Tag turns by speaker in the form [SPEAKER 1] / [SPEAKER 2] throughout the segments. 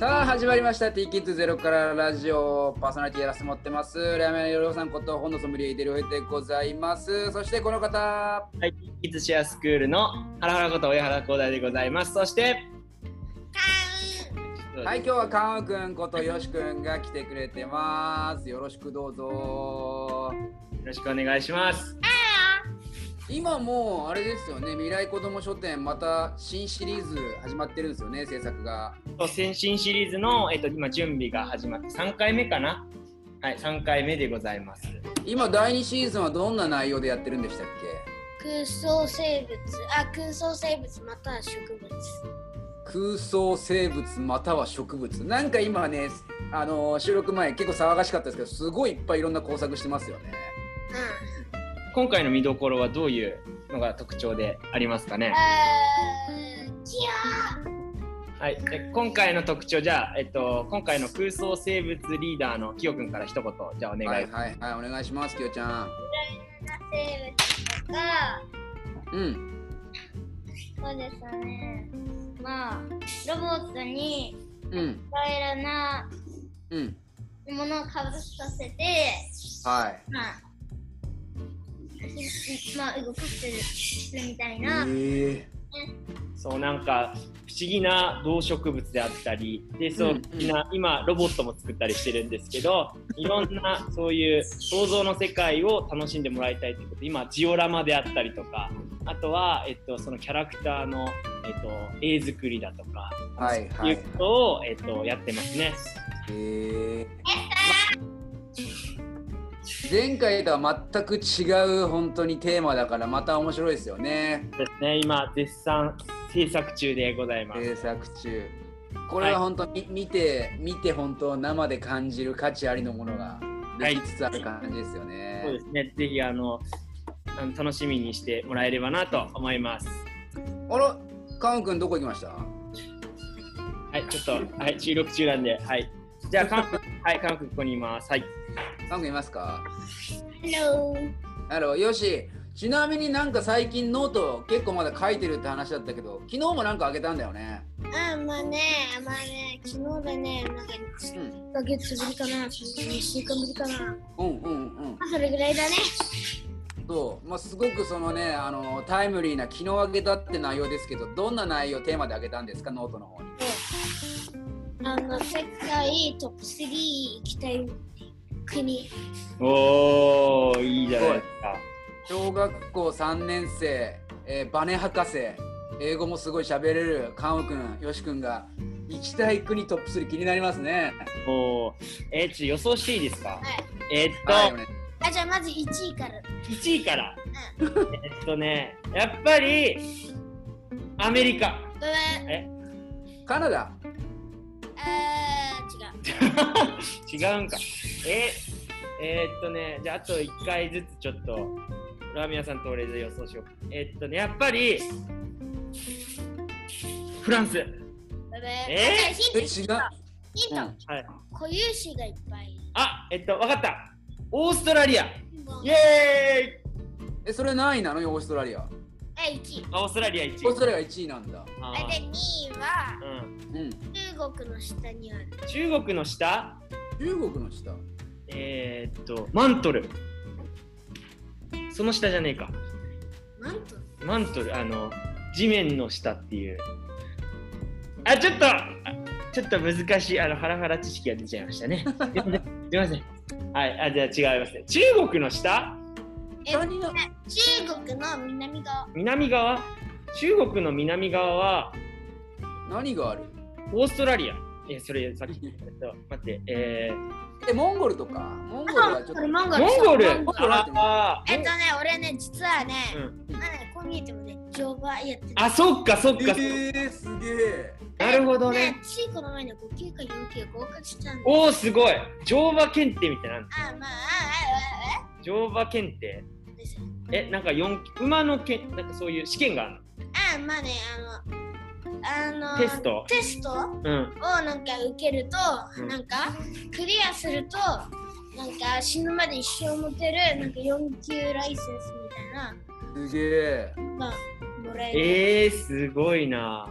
[SPEAKER 1] さあ始まりました t k i d ゼロからラジオパーソナリティやらせてもらってますラーメンヨロさんこと本のソムリエイデルでございますそしてこの方
[SPEAKER 2] はい、キッズシェアスクールのハラハラこと上原光大でございます。そして、
[SPEAKER 1] はい今日はカンウくんことよしくんが来てくれてますよろしくどうぞ
[SPEAKER 2] よろしくお願いします。
[SPEAKER 1] 今もうあれですよね未来子ども書店また新シリーズ始まってるんですよね制作が
[SPEAKER 2] と先進シリーズのえっと今準備が始まって3回目かな。はい、3回目でございます。
[SPEAKER 1] 今第2シーズンはどんな内容でやってるんでしたっけ
[SPEAKER 3] 空想生物あ空想生物または植物
[SPEAKER 1] 空想生物または植物なんか今ねあのー収録前結構騒がしかったですけどすごいいっぱいいろんな工作してますよね
[SPEAKER 3] う
[SPEAKER 2] 今回の見どころはどういうのが特徴でありますかね
[SPEAKER 3] ん。えーキャー
[SPEAKER 2] はい、で今回の特徴じゃあえっと今回の空想生物リーダーのきよくんから一言じゃあお願い。
[SPEAKER 1] はいはいはいお願いしますきよちゃん
[SPEAKER 3] 生物とか
[SPEAKER 1] うん
[SPEAKER 3] そうですねまあロボットに
[SPEAKER 1] うん
[SPEAKER 3] いろいろな
[SPEAKER 1] うん
[SPEAKER 3] ものをかぶさせて
[SPEAKER 1] はい
[SPEAKER 3] まあひまあ、動かせるみたい
[SPEAKER 1] え
[SPEAKER 3] な、
[SPEAKER 1] ー
[SPEAKER 2] そうなんか不思議な動植物であったりでそう、
[SPEAKER 1] うん
[SPEAKER 2] 不思議な今ロボットも作ったりしてるんですけどいろんなそういう想像の世界を楽しんでもらいたいってこと今ジオラマであったりとかあとは、えっと、そのキャラクターの、えっと、絵作りだとか、
[SPEAKER 1] はい
[SPEAKER 2] い、
[SPEAKER 1] は
[SPEAKER 2] う
[SPEAKER 1] い
[SPEAKER 2] ことを、えっと、やってますね。
[SPEAKER 1] えー前回とは全く違う本当にテーマだからまた面白いですよね
[SPEAKER 2] そうですね今絶賛制作中でございます。
[SPEAKER 1] 制作中これは本当に、見て見て本当生で感じる価値ありのものができつつある感じですよね、
[SPEAKER 2] そうですねぜひあのあの楽しみにしてもらえればなと思います。
[SPEAKER 1] あらカウン君どこ行きました
[SPEAKER 2] はい、ちょっと、はい、収録中なんで、はい。じゃあ、カン君、はい、カン君、ここにいます。はい。
[SPEAKER 1] カウン君いますか
[SPEAKER 3] ロー
[SPEAKER 1] あのよしちなみになんか最近ノート結構まだ書いてるって話だったけど昨日もなんかあげたんだよね
[SPEAKER 3] あまあねまあね昨日でねな
[SPEAKER 1] う
[SPEAKER 3] んか
[SPEAKER 1] ん
[SPEAKER 3] 1ヶ月ぶりかな2週間ぶりかな
[SPEAKER 1] うんうんうん
[SPEAKER 3] あそれぐらいだね
[SPEAKER 1] そうまあすごくそのねあのタイムリーな昨日あげたって内容ですけどどんな内容テーマであげたんですかノートの方に
[SPEAKER 3] あの世界トップ3行きたい国
[SPEAKER 2] おー、いいじゃないですか。
[SPEAKER 1] 小学校3年生、えーバネ博士英語もすごい喋れるカンウ君よし君が行きたい国トップ3気になりますね
[SPEAKER 2] おー、えー、ちょっと予想していいですか
[SPEAKER 3] はい
[SPEAKER 2] えーっと、
[SPEAKER 1] はいお願い
[SPEAKER 3] あじゃあまず1位から
[SPEAKER 2] 1位から。えーっとね、やっぱり、アメリカ。
[SPEAKER 3] うわ
[SPEAKER 2] え、
[SPEAKER 3] え
[SPEAKER 1] カナダ
[SPEAKER 3] ー、違う
[SPEAKER 2] 違うんか。ええーっとね、じゃあ、あと1回ずつちょっと、ラーメン屋さんとれず予想しようか。えーっとね、やっぱり、フランス。
[SPEAKER 3] うわ
[SPEAKER 2] え
[SPEAKER 3] あヒ
[SPEAKER 1] え
[SPEAKER 3] ン
[SPEAKER 1] 違う
[SPEAKER 3] トヒントヒント、
[SPEAKER 1] うん
[SPEAKER 2] はい。
[SPEAKER 3] 固有種がいっぱい
[SPEAKER 2] あ、えっと、わかった。オーストラリア。イ
[SPEAKER 3] え
[SPEAKER 2] エーイ。
[SPEAKER 1] えそれ何位なのよオーストラリア
[SPEAKER 3] 1位
[SPEAKER 2] あオーストラリア一位。
[SPEAKER 1] オーストラリア1位なんだ
[SPEAKER 2] あ
[SPEAKER 3] あで2位は
[SPEAKER 2] ーうん。
[SPEAKER 1] うん
[SPEAKER 3] 中国の下にある
[SPEAKER 2] 中国の下。
[SPEAKER 1] 中国の下
[SPEAKER 2] えー、っと、マントル。その下じゃねえか。
[SPEAKER 3] なんと
[SPEAKER 2] マントル、あの、地面の下っていう。あ、ちょっと。あちょっと難しい、あの、ハラハラ知識が出ちゃいましたね。 すいませんすいません。はい、あ、じゃあ、違いますね。中国の下。
[SPEAKER 3] え
[SPEAKER 1] 下にな
[SPEAKER 3] 中国の南側
[SPEAKER 2] 南側。中国の南側は。
[SPEAKER 1] 何がある
[SPEAKER 2] オーストラリア。え、それ、さっき言った。えっと待って、えー、
[SPEAKER 1] えモンゴルとかモンゴルはちょっと
[SPEAKER 3] モンゴル
[SPEAKER 2] モンゴル
[SPEAKER 3] そうモンゴル
[SPEAKER 2] ああ
[SPEAKER 3] えっとね俺ね実はね、
[SPEAKER 2] うん
[SPEAKER 3] まあねこう見えてもね乗馬やってる
[SPEAKER 2] あ、そっかそっか、
[SPEAKER 1] えー、すげえ
[SPEAKER 2] なるほどね。
[SPEAKER 3] ついこの前の5級か4級合格したんだ。
[SPEAKER 2] おお、すごい乗馬検定みたいなのある
[SPEAKER 3] あ、まあ、あ、あ、あ、
[SPEAKER 2] 乗馬検定
[SPEAKER 3] あ、ですよ。
[SPEAKER 2] え、なんか四馬のけなんかそういう試験がある
[SPEAKER 3] あ、まあね、あの、あの、
[SPEAKER 2] テスト
[SPEAKER 3] テストを
[SPEAKER 2] の
[SPEAKER 3] なんか受けると、
[SPEAKER 2] うん
[SPEAKER 3] なんか、クリアすると、なんか死ぬまで一生持てる、なんか4級ライセンスみたいな、
[SPEAKER 1] すげえ
[SPEAKER 3] まあ、もら
[SPEAKER 2] うん。
[SPEAKER 3] える。
[SPEAKER 2] えー、すごいな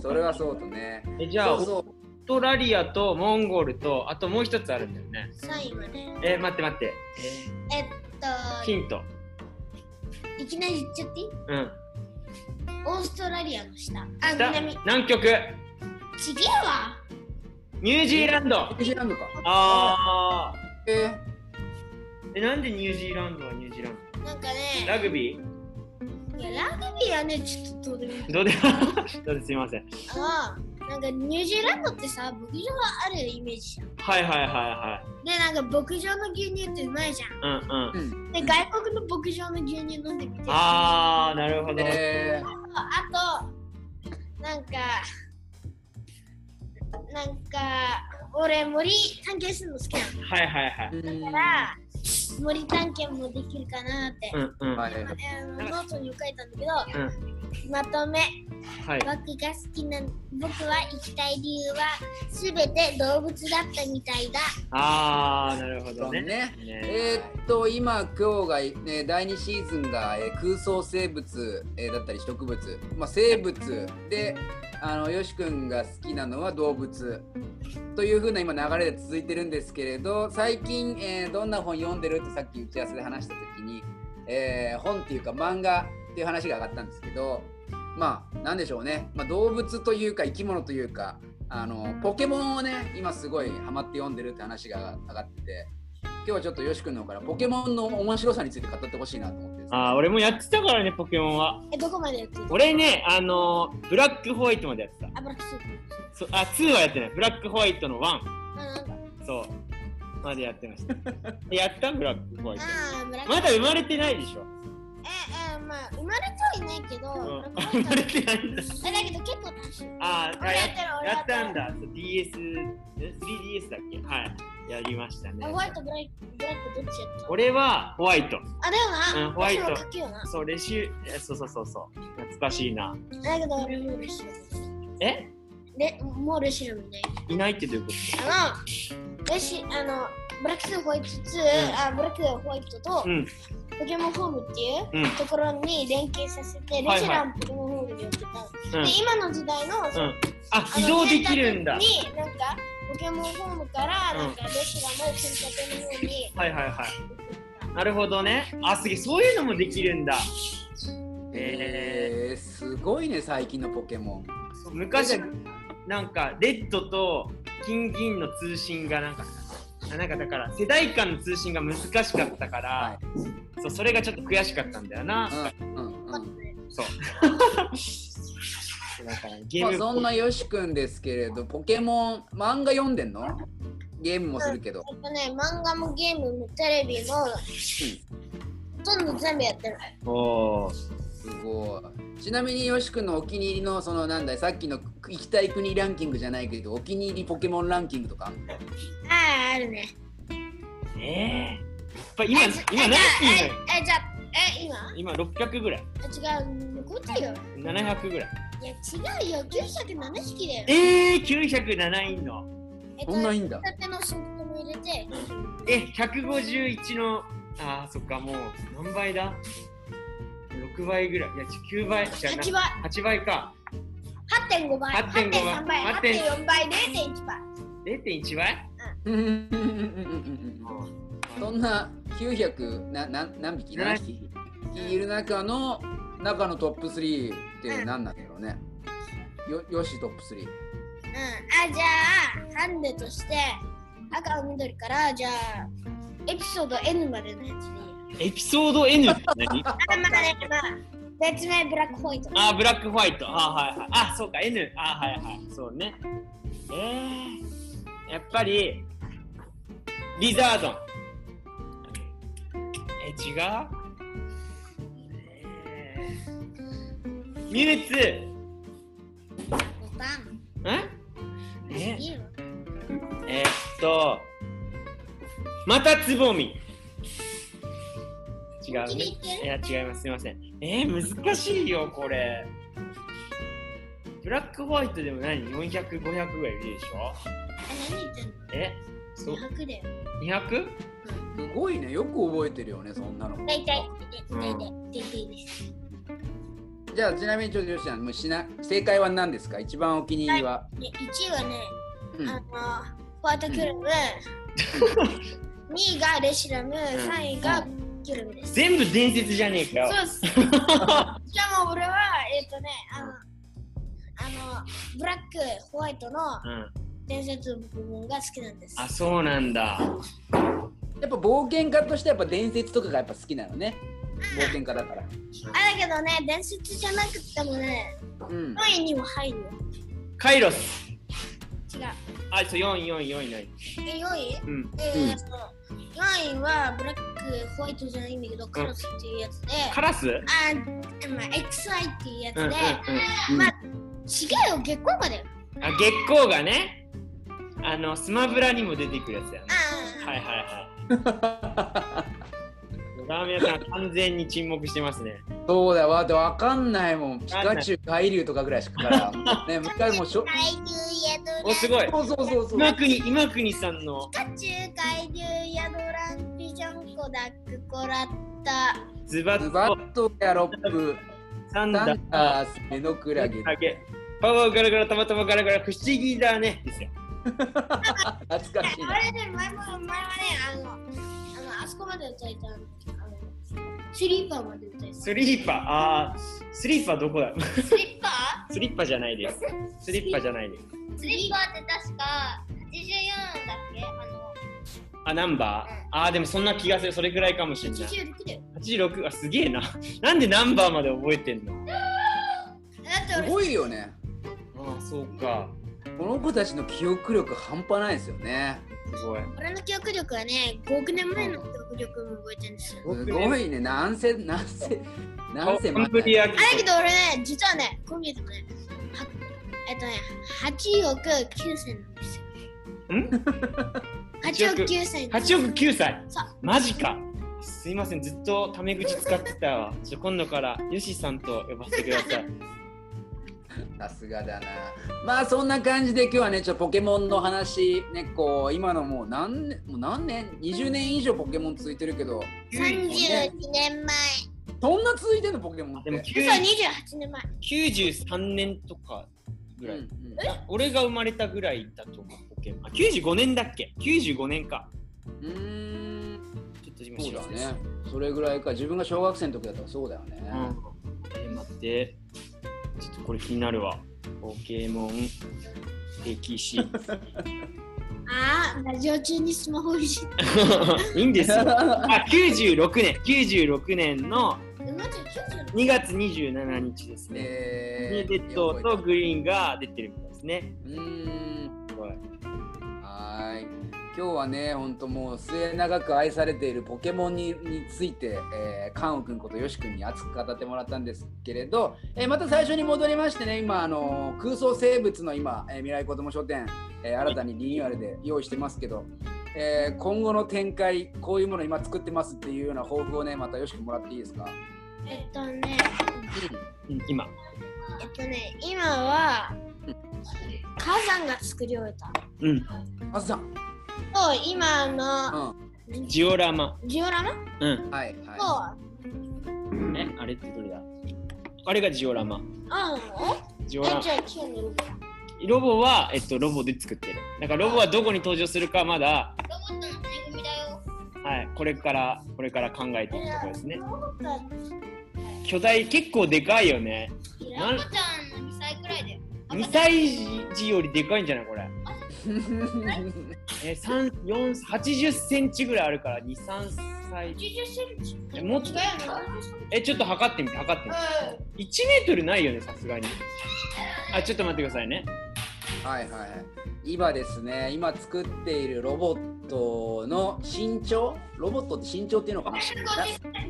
[SPEAKER 1] それはそうとね。
[SPEAKER 2] えじゃあ
[SPEAKER 1] そうそう。
[SPEAKER 2] オーストラリアとモンゴルとあともう一つあるんだよね
[SPEAKER 3] 最後ね。
[SPEAKER 2] えー待って待って
[SPEAKER 3] えっ
[SPEAKER 2] ヒント
[SPEAKER 3] と、いきなり言っちゃっていい
[SPEAKER 2] うん
[SPEAKER 3] オーストラリアの下。あ、
[SPEAKER 2] だ
[SPEAKER 3] 南。
[SPEAKER 2] 南極
[SPEAKER 3] ちげえわ。
[SPEAKER 2] ニュージーランド
[SPEAKER 1] ニュージーランドか。
[SPEAKER 2] あー
[SPEAKER 1] え
[SPEAKER 2] えなんでニュージーランドはニュージーラン
[SPEAKER 3] なんか
[SPEAKER 2] ドラ
[SPEAKER 3] ね、
[SPEAKER 2] グビー
[SPEAKER 3] いやラグビーはね、ちょっとどうでもいい。
[SPEAKER 2] どうで もどうですいません
[SPEAKER 3] あのなんかニュージーランドってさ、牧場があるイメージじゃん。
[SPEAKER 2] はいはいはいは
[SPEAKER 3] で、なんか牧場の牛乳ってうまいじゃん。
[SPEAKER 2] いうんうん
[SPEAKER 1] ー、うん。
[SPEAKER 3] で、外国の牧場の牛乳飲んでみて。
[SPEAKER 2] あーなるほど、
[SPEAKER 1] え
[SPEAKER 3] あと、なんか、なんか、俺森探検するの好きなの
[SPEAKER 2] はいはいは
[SPEAKER 1] ー、
[SPEAKER 2] い
[SPEAKER 1] うん。
[SPEAKER 3] だから、森探検もできるかなって。
[SPEAKER 2] うんうん
[SPEAKER 1] は
[SPEAKER 2] はい
[SPEAKER 1] い。
[SPEAKER 3] あのノートにも書いたんだけど、まとめ僕が好きな僕は行きたい理由は全て動物だったみたいだ
[SPEAKER 2] あーなるほ
[SPEAKER 1] そ
[SPEAKER 2] ど
[SPEAKER 1] う
[SPEAKER 2] ね
[SPEAKER 1] ね。
[SPEAKER 2] ね
[SPEAKER 1] えーっと今今日が、ね、第2シーズンが、えー空想生物、えーだったり植物、まあ、生物であのよし君が好きなのは動物というふうな今流れで続いてるんですけれど最近、えーどんな本読んでるってさっき打ち合わせで話した時に、えー本っていうか漫画っていう話が上がったんですけどまあなんでしょうね、まあ、動物というか生き物というかあのポケモンをね今すごいハマって読んでるって話が上がってて。今日はちょっとよし君の方からポケモンの面白さについて語ってほしいなと思ってですね
[SPEAKER 2] あー俺もやってたからねポケモンは
[SPEAKER 3] えどこまでやってる
[SPEAKER 2] 俺ねあのーブラックホワイトまでやってた
[SPEAKER 3] あブラックスープ
[SPEAKER 2] そあ2はやってないブラックホワイトの1
[SPEAKER 3] あなんだ
[SPEAKER 2] そうまでやってました やったブラックホワイト
[SPEAKER 3] あーブラック
[SPEAKER 2] まだ生まれてないでしょ、
[SPEAKER 3] ええまあ生まれてはいないけど、
[SPEAKER 2] うん
[SPEAKER 3] ブラックホワ
[SPEAKER 2] 生
[SPEAKER 3] イ
[SPEAKER 2] ま
[SPEAKER 3] ト
[SPEAKER 2] れてないんだ
[SPEAKER 3] えだけど結構楽しい
[SPEAKER 2] あーあ
[SPEAKER 3] 俺
[SPEAKER 2] や
[SPEAKER 3] やってる俺
[SPEAKER 2] や
[SPEAKER 3] や
[SPEAKER 2] っ
[SPEAKER 3] って
[SPEAKER 2] た
[SPEAKER 3] る
[SPEAKER 2] んだそう DS え 3DS だっけはいやりましたね
[SPEAKER 3] あホワイトブラックブラックどっちやった
[SPEAKER 2] 俺はホワイト
[SPEAKER 3] あだよな、
[SPEAKER 2] うんホワイト
[SPEAKER 3] 私も書くよな
[SPEAKER 2] そうレシュえそうそうそうそう懐かしいな
[SPEAKER 3] だけど俺もうレシル
[SPEAKER 2] え
[SPEAKER 3] でもうレシルもいない
[SPEAKER 2] いないってどういうこ
[SPEAKER 3] あの、よし、あの、ブラックスホワイト2、あブラックホワイト
[SPEAKER 2] と
[SPEAKER 3] と、
[SPEAKER 2] うん
[SPEAKER 3] ポケモンホームっていう
[SPEAKER 2] うん
[SPEAKER 3] ところに連携させて、レシランポケモンホームでやってた。
[SPEAKER 2] うん
[SPEAKER 3] で、今の時代の、
[SPEAKER 2] うんあ
[SPEAKER 3] あ
[SPEAKER 2] 移
[SPEAKER 3] の
[SPEAKER 2] 動できるんだ
[SPEAKER 3] 選択に、なんか、ポケモンホームから、
[SPEAKER 2] うん
[SPEAKER 3] なんか、レシランを選択の方に。
[SPEAKER 2] はいはいはいなるほどねあすげえそういうのもできるんだえ
[SPEAKER 1] えー、すごいね最近のポケモン
[SPEAKER 2] ー、昔なんかレッドと金銀の通信がなんかあなんかだから世代間の通信が難しかったから、
[SPEAKER 1] はい
[SPEAKER 2] そうそれがちょっと悔しかったんだよな、
[SPEAKER 1] うんうんうん
[SPEAKER 2] そうなんかねゲ
[SPEAKER 1] まあ、
[SPEAKER 2] ー
[SPEAKER 1] そ
[SPEAKER 2] ム
[SPEAKER 1] んなよし君ですけれどポケモン漫画読んでんのゲームもするけど、
[SPEAKER 3] えっとね、漫画もゲームもテレビも、ほとんど全部やってる。
[SPEAKER 2] おー
[SPEAKER 1] すごいちなみによし君のお気に入りのそのなんだいさっきの行きたい国ランキングじゃないけどお気に入りポケモンランキングとかあんの
[SPEAKER 3] ああ、あるね。
[SPEAKER 2] ねえやっぱ今
[SPEAKER 3] えじゃ
[SPEAKER 2] 今
[SPEAKER 3] え
[SPEAKER 2] 何
[SPEAKER 3] じ
[SPEAKER 2] 人いる
[SPEAKER 3] ゃあえ、じゃあ、え、今
[SPEAKER 2] 今600ぐらい
[SPEAKER 3] あ違う、残ってるよ。
[SPEAKER 2] 700ぐらい
[SPEAKER 3] いや、違うよ、907匹だよ。
[SPEAKER 2] えー、907いんの
[SPEAKER 3] えっ
[SPEAKER 1] そんないい んだ
[SPEAKER 3] と、縦のシフトも入れて、
[SPEAKER 2] え、151の、あー、そっか、もう何倍だ ?6 倍ぐらい、いや、9倍じゃな
[SPEAKER 3] 8倍、
[SPEAKER 2] 8倍か。
[SPEAKER 3] 8.5倍、
[SPEAKER 2] 8.5
[SPEAKER 3] 8.3倍、
[SPEAKER 2] 8.5
[SPEAKER 3] 8.4倍、0.1倍。
[SPEAKER 2] 0.1倍
[SPEAKER 1] うんうんうんうんうんうんそんな900なな何匹何匹いる中の中のトップ3って何なんだろうねよよしトップ3
[SPEAKER 3] うん、あ、じゃあ、ハンデとして、赤、緑から、じゃあ、エピソード N までのやつに。
[SPEAKER 2] エピソード N って何
[SPEAKER 3] あ、まあね、まあ、別名ブラックホワイト。
[SPEAKER 2] あー、ブラックホワイト。あー、はいはい。あ、そうか、N。あー、はいはい。そうね。えー、やっぱり、リザードン。え、違うえーミュウツー。
[SPEAKER 3] ボタン。
[SPEAKER 2] んえ
[SPEAKER 3] いいの
[SPEAKER 2] えーっと、またつぼみ。違う、
[SPEAKER 3] 本気
[SPEAKER 2] ね。
[SPEAKER 3] で
[SPEAKER 2] い
[SPEAKER 3] 言
[SPEAKER 2] や、違います。すみません。えー、難しいよ、これ。ブラックホワイトでも何 ?400、500ぐらいいるでしょ
[SPEAKER 3] あ、何言ってんの
[SPEAKER 2] えそう
[SPEAKER 3] ?200 だよ。
[SPEAKER 2] 200?
[SPEAKER 1] すごいねよく覚えてるよねそんなの
[SPEAKER 3] 大体、大体、
[SPEAKER 2] うん
[SPEAKER 3] 大体です。
[SPEAKER 1] じゃあちなみにちょっとよしちゃんもうしな正解は何ですか一番お気に入りは、
[SPEAKER 3] ね、1位はね、
[SPEAKER 1] うん
[SPEAKER 3] あのホワイトキュルム、2位がレシラム、3位がキュルムです。
[SPEAKER 2] 全部伝説じゃねえかよ
[SPEAKER 3] そうです。 しかも俺は、えっ、とね、あの、あの、ブラック、ホワイトの
[SPEAKER 2] うん、
[SPEAKER 3] 伝説の部分が好きなんです。
[SPEAKER 2] あそうなんだ
[SPEAKER 1] やっぱ冒険家としてはやっぱ伝説とかがやっぱ好きなのね冒険家だから
[SPEAKER 3] あだけどね、伝説じゃなくてもね、
[SPEAKER 1] うん
[SPEAKER 3] 4位にも入るよ。
[SPEAKER 2] カイロス
[SPEAKER 3] 違う。
[SPEAKER 2] あそう4位4位4位4位
[SPEAKER 3] え、4位
[SPEAKER 2] うん
[SPEAKER 3] えーと、4位はブラック、ホワイトじゃないんだけど、カロスっていうやつで、
[SPEAKER 2] カラス
[SPEAKER 3] あ、まあ、XY っていうやつ
[SPEAKER 2] うんうんうん
[SPEAKER 3] で、まあ、違うよ、月光がだよ。
[SPEAKER 2] あ月光がねあのスマブラにも出てくるやつだよね
[SPEAKER 3] あ
[SPEAKER 2] はいはいはいラーメン屋さん完全に沈黙してますね
[SPEAKER 1] そうだわだってわかんないもんピカチュウ海竜とかぐらいしかからね昔もうしょ
[SPEAKER 3] 海流や
[SPEAKER 2] おすごい
[SPEAKER 1] そうそうそうそう
[SPEAKER 2] 今国今国さんの
[SPEAKER 3] カチュウ、海流、ヤドラン、ピジョンコ、ダック、コラッタ。
[SPEAKER 2] ズバ
[SPEAKER 1] ズ
[SPEAKER 2] ッ
[SPEAKER 1] バ
[SPEAKER 2] と
[SPEAKER 1] ッとやロップ
[SPEAKER 2] サン
[SPEAKER 1] サ
[SPEAKER 2] ダ
[SPEAKER 1] ン
[SPEAKER 2] ー
[SPEAKER 1] ダースメノクラゲ
[SPEAKER 2] だけパワーガラガラたまたまガラガラ不思議だねですよ
[SPEAKER 1] 懐かしいな
[SPEAKER 3] あれね、前も、前はね、あの、あの、あそこまで歌えた、あの、スリーパーまで歌えた。
[SPEAKER 2] スリーパーあースリーパーどこだ
[SPEAKER 3] スリッパ
[SPEAKER 2] スリッパじゃないですスリッパじゃないです
[SPEAKER 3] ースリッパーって確か84だっけあの、
[SPEAKER 2] あナンバーあーでもそんな気がするそれぐらいかもしれない
[SPEAKER 3] 86だよ。
[SPEAKER 2] 86あすげえななんでナンバーまで覚えてんの
[SPEAKER 3] だ
[SPEAKER 1] す
[SPEAKER 3] って俺、
[SPEAKER 1] ごいよね
[SPEAKER 2] ああそうか
[SPEAKER 1] この子たちの記憶力半端ないですよね
[SPEAKER 2] すごい
[SPEAKER 3] 俺の記憶力はね、5億年前の記憶力も覚えてるんですよ。
[SPEAKER 1] すごいねなんせなんせなんせ
[SPEAKER 2] コン
[SPEAKER 1] ま
[SPEAKER 2] プリ
[SPEAKER 1] た
[SPEAKER 2] アキ
[SPEAKER 3] あだけど俺ね、実はね、今月もね、はえっとね、8億9千なんですよ。
[SPEAKER 2] ん
[SPEAKER 3] 8億9千。
[SPEAKER 2] 8億9歳
[SPEAKER 3] そう
[SPEAKER 2] マジかすいませんずっとタメ口使ってたわじゃあ今度からヨシさんと呼ばせてください
[SPEAKER 1] さすがだなまあそんな感じで今日はねちょっとポケモンの話ねこう今のもう何年もう何年20年以上ポケモン続いてるけど
[SPEAKER 3] 32年前。
[SPEAKER 1] そんな続いてんのポケモンっ
[SPEAKER 2] で
[SPEAKER 1] て
[SPEAKER 2] も
[SPEAKER 3] 嘘、28年前。
[SPEAKER 2] 93年とかぐ
[SPEAKER 1] うん
[SPEAKER 2] らい、
[SPEAKER 1] うん
[SPEAKER 2] 俺が生まれたぐらいだと思うポケモンあ95年だっけ95年か
[SPEAKER 1] うーん
[SPEAKER 2] ちょっと今
[SPEAKER 1] そう
[SPEAKER 2] 調
[SPEAKER 1] だ
[SPEAKER 2] べです、
[SPEAKER 1] ね。それぐらいか。自分が小学生の時だったらそうだよね。
[SPEAKER 2] うん、え待ってちょっとこれ気になるわポケモン 歴史
[SPEAKER 3] ああ、ラジオ中にスマホいじって。
[SPEAKER 2] いいんですよあ96年96年の
[SPEAKER 3] 待って、9
[SPEAKER 2] 2月27日ですね、
[SPEAKER 1] え
[SPEAKER 2] に
[SPEAKER 1] ー、
[SPEAKER 2] レッドとグリーンが出てるみたいですね。
[SPEAKER 1] うーん。
[SPEAKER 2] すごい
[SPEAKER 1] はーい。今日はね、ほんともう末永く愛されているポケモンにについて、えー、カンウ君ことヨシ君に熱く語ってもらったんですけれど、えーまた最初に戻りましてね、今、あのー空想生物の今、えー未来子ども書店、えー新たにリニューアルで用意してますけど、えー今後の展開、こういうもの今作ってますっていうような抱負をね、またヨシ君もらっていいですか、
[SPEAKER 3] えっとね、
[SPEAKER 2] うん今、
[SPEAKER 3] えっとね、今は、母さんが作り終えた。
[SPEAKER 2] うん、
[SPEAKER 1] あずさん。
[SPEAKER 3] と、今の
[SPEAKER 1] う
[SPEAKER 2] ジオラマ。
[SPEAKER 3] ジオラマ
[SPEAKER 2] うん、
[SPEAKER 1] ん。はいはい。
[SPEAKER 3] と、
[SPEAKER 2] え、あれってどれだあれがジオラマ。
[SPEAKER 3] あ
[SPEAKER 2] ジオ
[SPEAKER 3] の、
[SPEAKER 2] ラマ
[SPEAKER 3] じ。ゃあ9のロボだ。
[SPEAKER 2] ロボは、えっと、ロボで作ってる。だからロボはどこに登場するかまだ、
[SPEAKER 3] ロボットのぬいぐるみだよ。
[SPEAKER 2] はい、これから、これから考えていくところですね
[SPEAKER 3] ロ。ボットは
[SPEAKER 2] 巨大、結構でかいよね。な
[SPEAKER 3] 赤ちゃんの2歳くらいだよ。
[SPEAKER 2] 2歳児よりでかいんじゃないこれ。え、三四80センチぐらいあるから、2、3歳。
[SPEAKER 3] 80センチ。
[SPEAKER 2] えもっと
[SPEAKER 3] 違うよね。
[SPEAKER 2] え、ちょっと測ってみて、測ってみて。1メートルないよね、さすがに。あ、ちょっと待ってくださいね。
[SPEAKER 1] はいはいはい。今ですね、今作っているロボットの身長、ロボットって身長っていうのかな。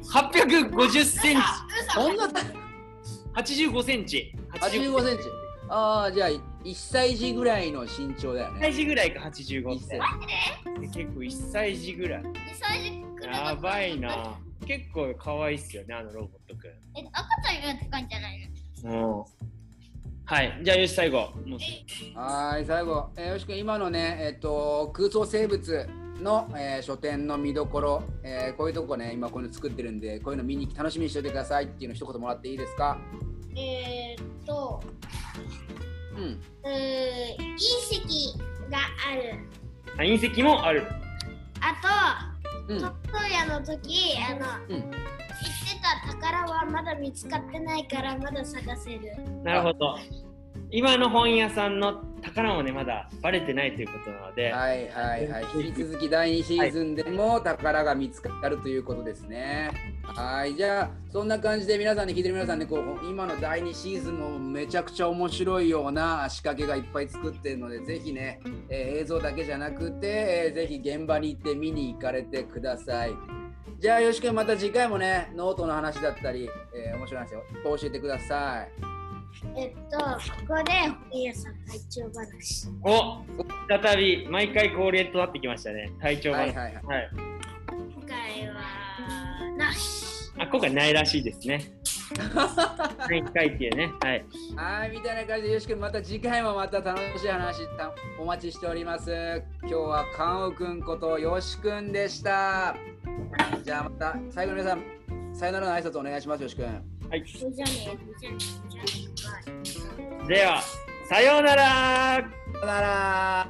[SPEAKER 2] 850センチ、
[SPEAKER 1] そんな
[SPEAKER 2] 85センチ、
[SPEAKER 1] 八十五センチ。ああ、じゃあ一歳児ぐらいの身長だよ
[SPEAKER 2] 1歳
[SPEAKER 1] ね。
[SPEAKER 2] 児ぐらいか85って
[SPEAKER 1] 一。
[SPEAKER 2] 結構1歳児ぐらい。
[SPEAKER 3] 2歳児くらいだ
[SPEAKER 2] やばいな。結構可愛いっすよね、あのロボットくん。
[SPEAKER 3] え赤ちゃんより高いんじゃないの
[SPEAKER 2] うん。はい、じゃあよし、最後。もう
[SPEAKER 1] はーい、最後、えー、よしくん今のね、えっ、と空想生物。の、えー書店の見どころ、えーこういうとこね今こういうの作ってるんでこういうの見に楽しみにしておいてくださいっていうの一言もらっていいですか
[SPEAKER 3] えーっと、
[SPEAKER 1] うん。
[SPEAKER 3] うーん、隕石がある。
[SPEAKER 2] あ隕石もある。
[SPEAKER 3] あ
[SPEAKER 1] う
[SPEAKER 3] と、
[SPEAKER 1] ん。
[SPEAKER 3] 特捜屋の時、あの、
[SPEAKER 1] うん
[SPEAKER 3] 言ってた宝はまだ見つかってないから、まだ探せる。
[SPEAKER 2] なるほど。今の本屋さんの宝もね、まだバレてないということなので、
[SPEAKER 1] はいはいはい。引き続き第2シーズンでも宝が見つかるということですね。はい。じゃあ、そんな感じで皆さんね、聞いてる皆さんね、こう、今の第2シーズンもめちゃくちゃ面白いような仕掛けがいっぱい作ってるので、ぜひね、えー映像だけじゃなくて、えーぜひ現場に行って見に行かれてください。じゃあ、よしくん、また次回もね、ノートの話だったり、えー面白い話をいっぱい教えてください。
[SPEAKER 3] えっと、ここで本屋さん会長話。
[SPEAKER 2] お再び毎回恒例となってきましたね、体調が。
[SPEAKER 1] は
[SPEAKER 2] はいい
[SPEAKER 1] はいはい。
[SPEAKER 3] 今回は、なし。
[SPEAKER 2] あ今回ないらしいですね。はい、会計ね。はい。
[SPEAKER 1] はい、みたいな感じで、よしくん、また次回もまた楽しい話たお待ちしております。今日はカンオくんことよしくんでした。じゃあまた、最後に皆さん、さよならの挨拶お願いします、よしくん。
[SPEAKER 2] はい、
[SPEAKER 3] じゃね、じゃね、じゃね、バイ。
[SPEAKER 2] では、さようなら
[SPEAKER 1] さよなら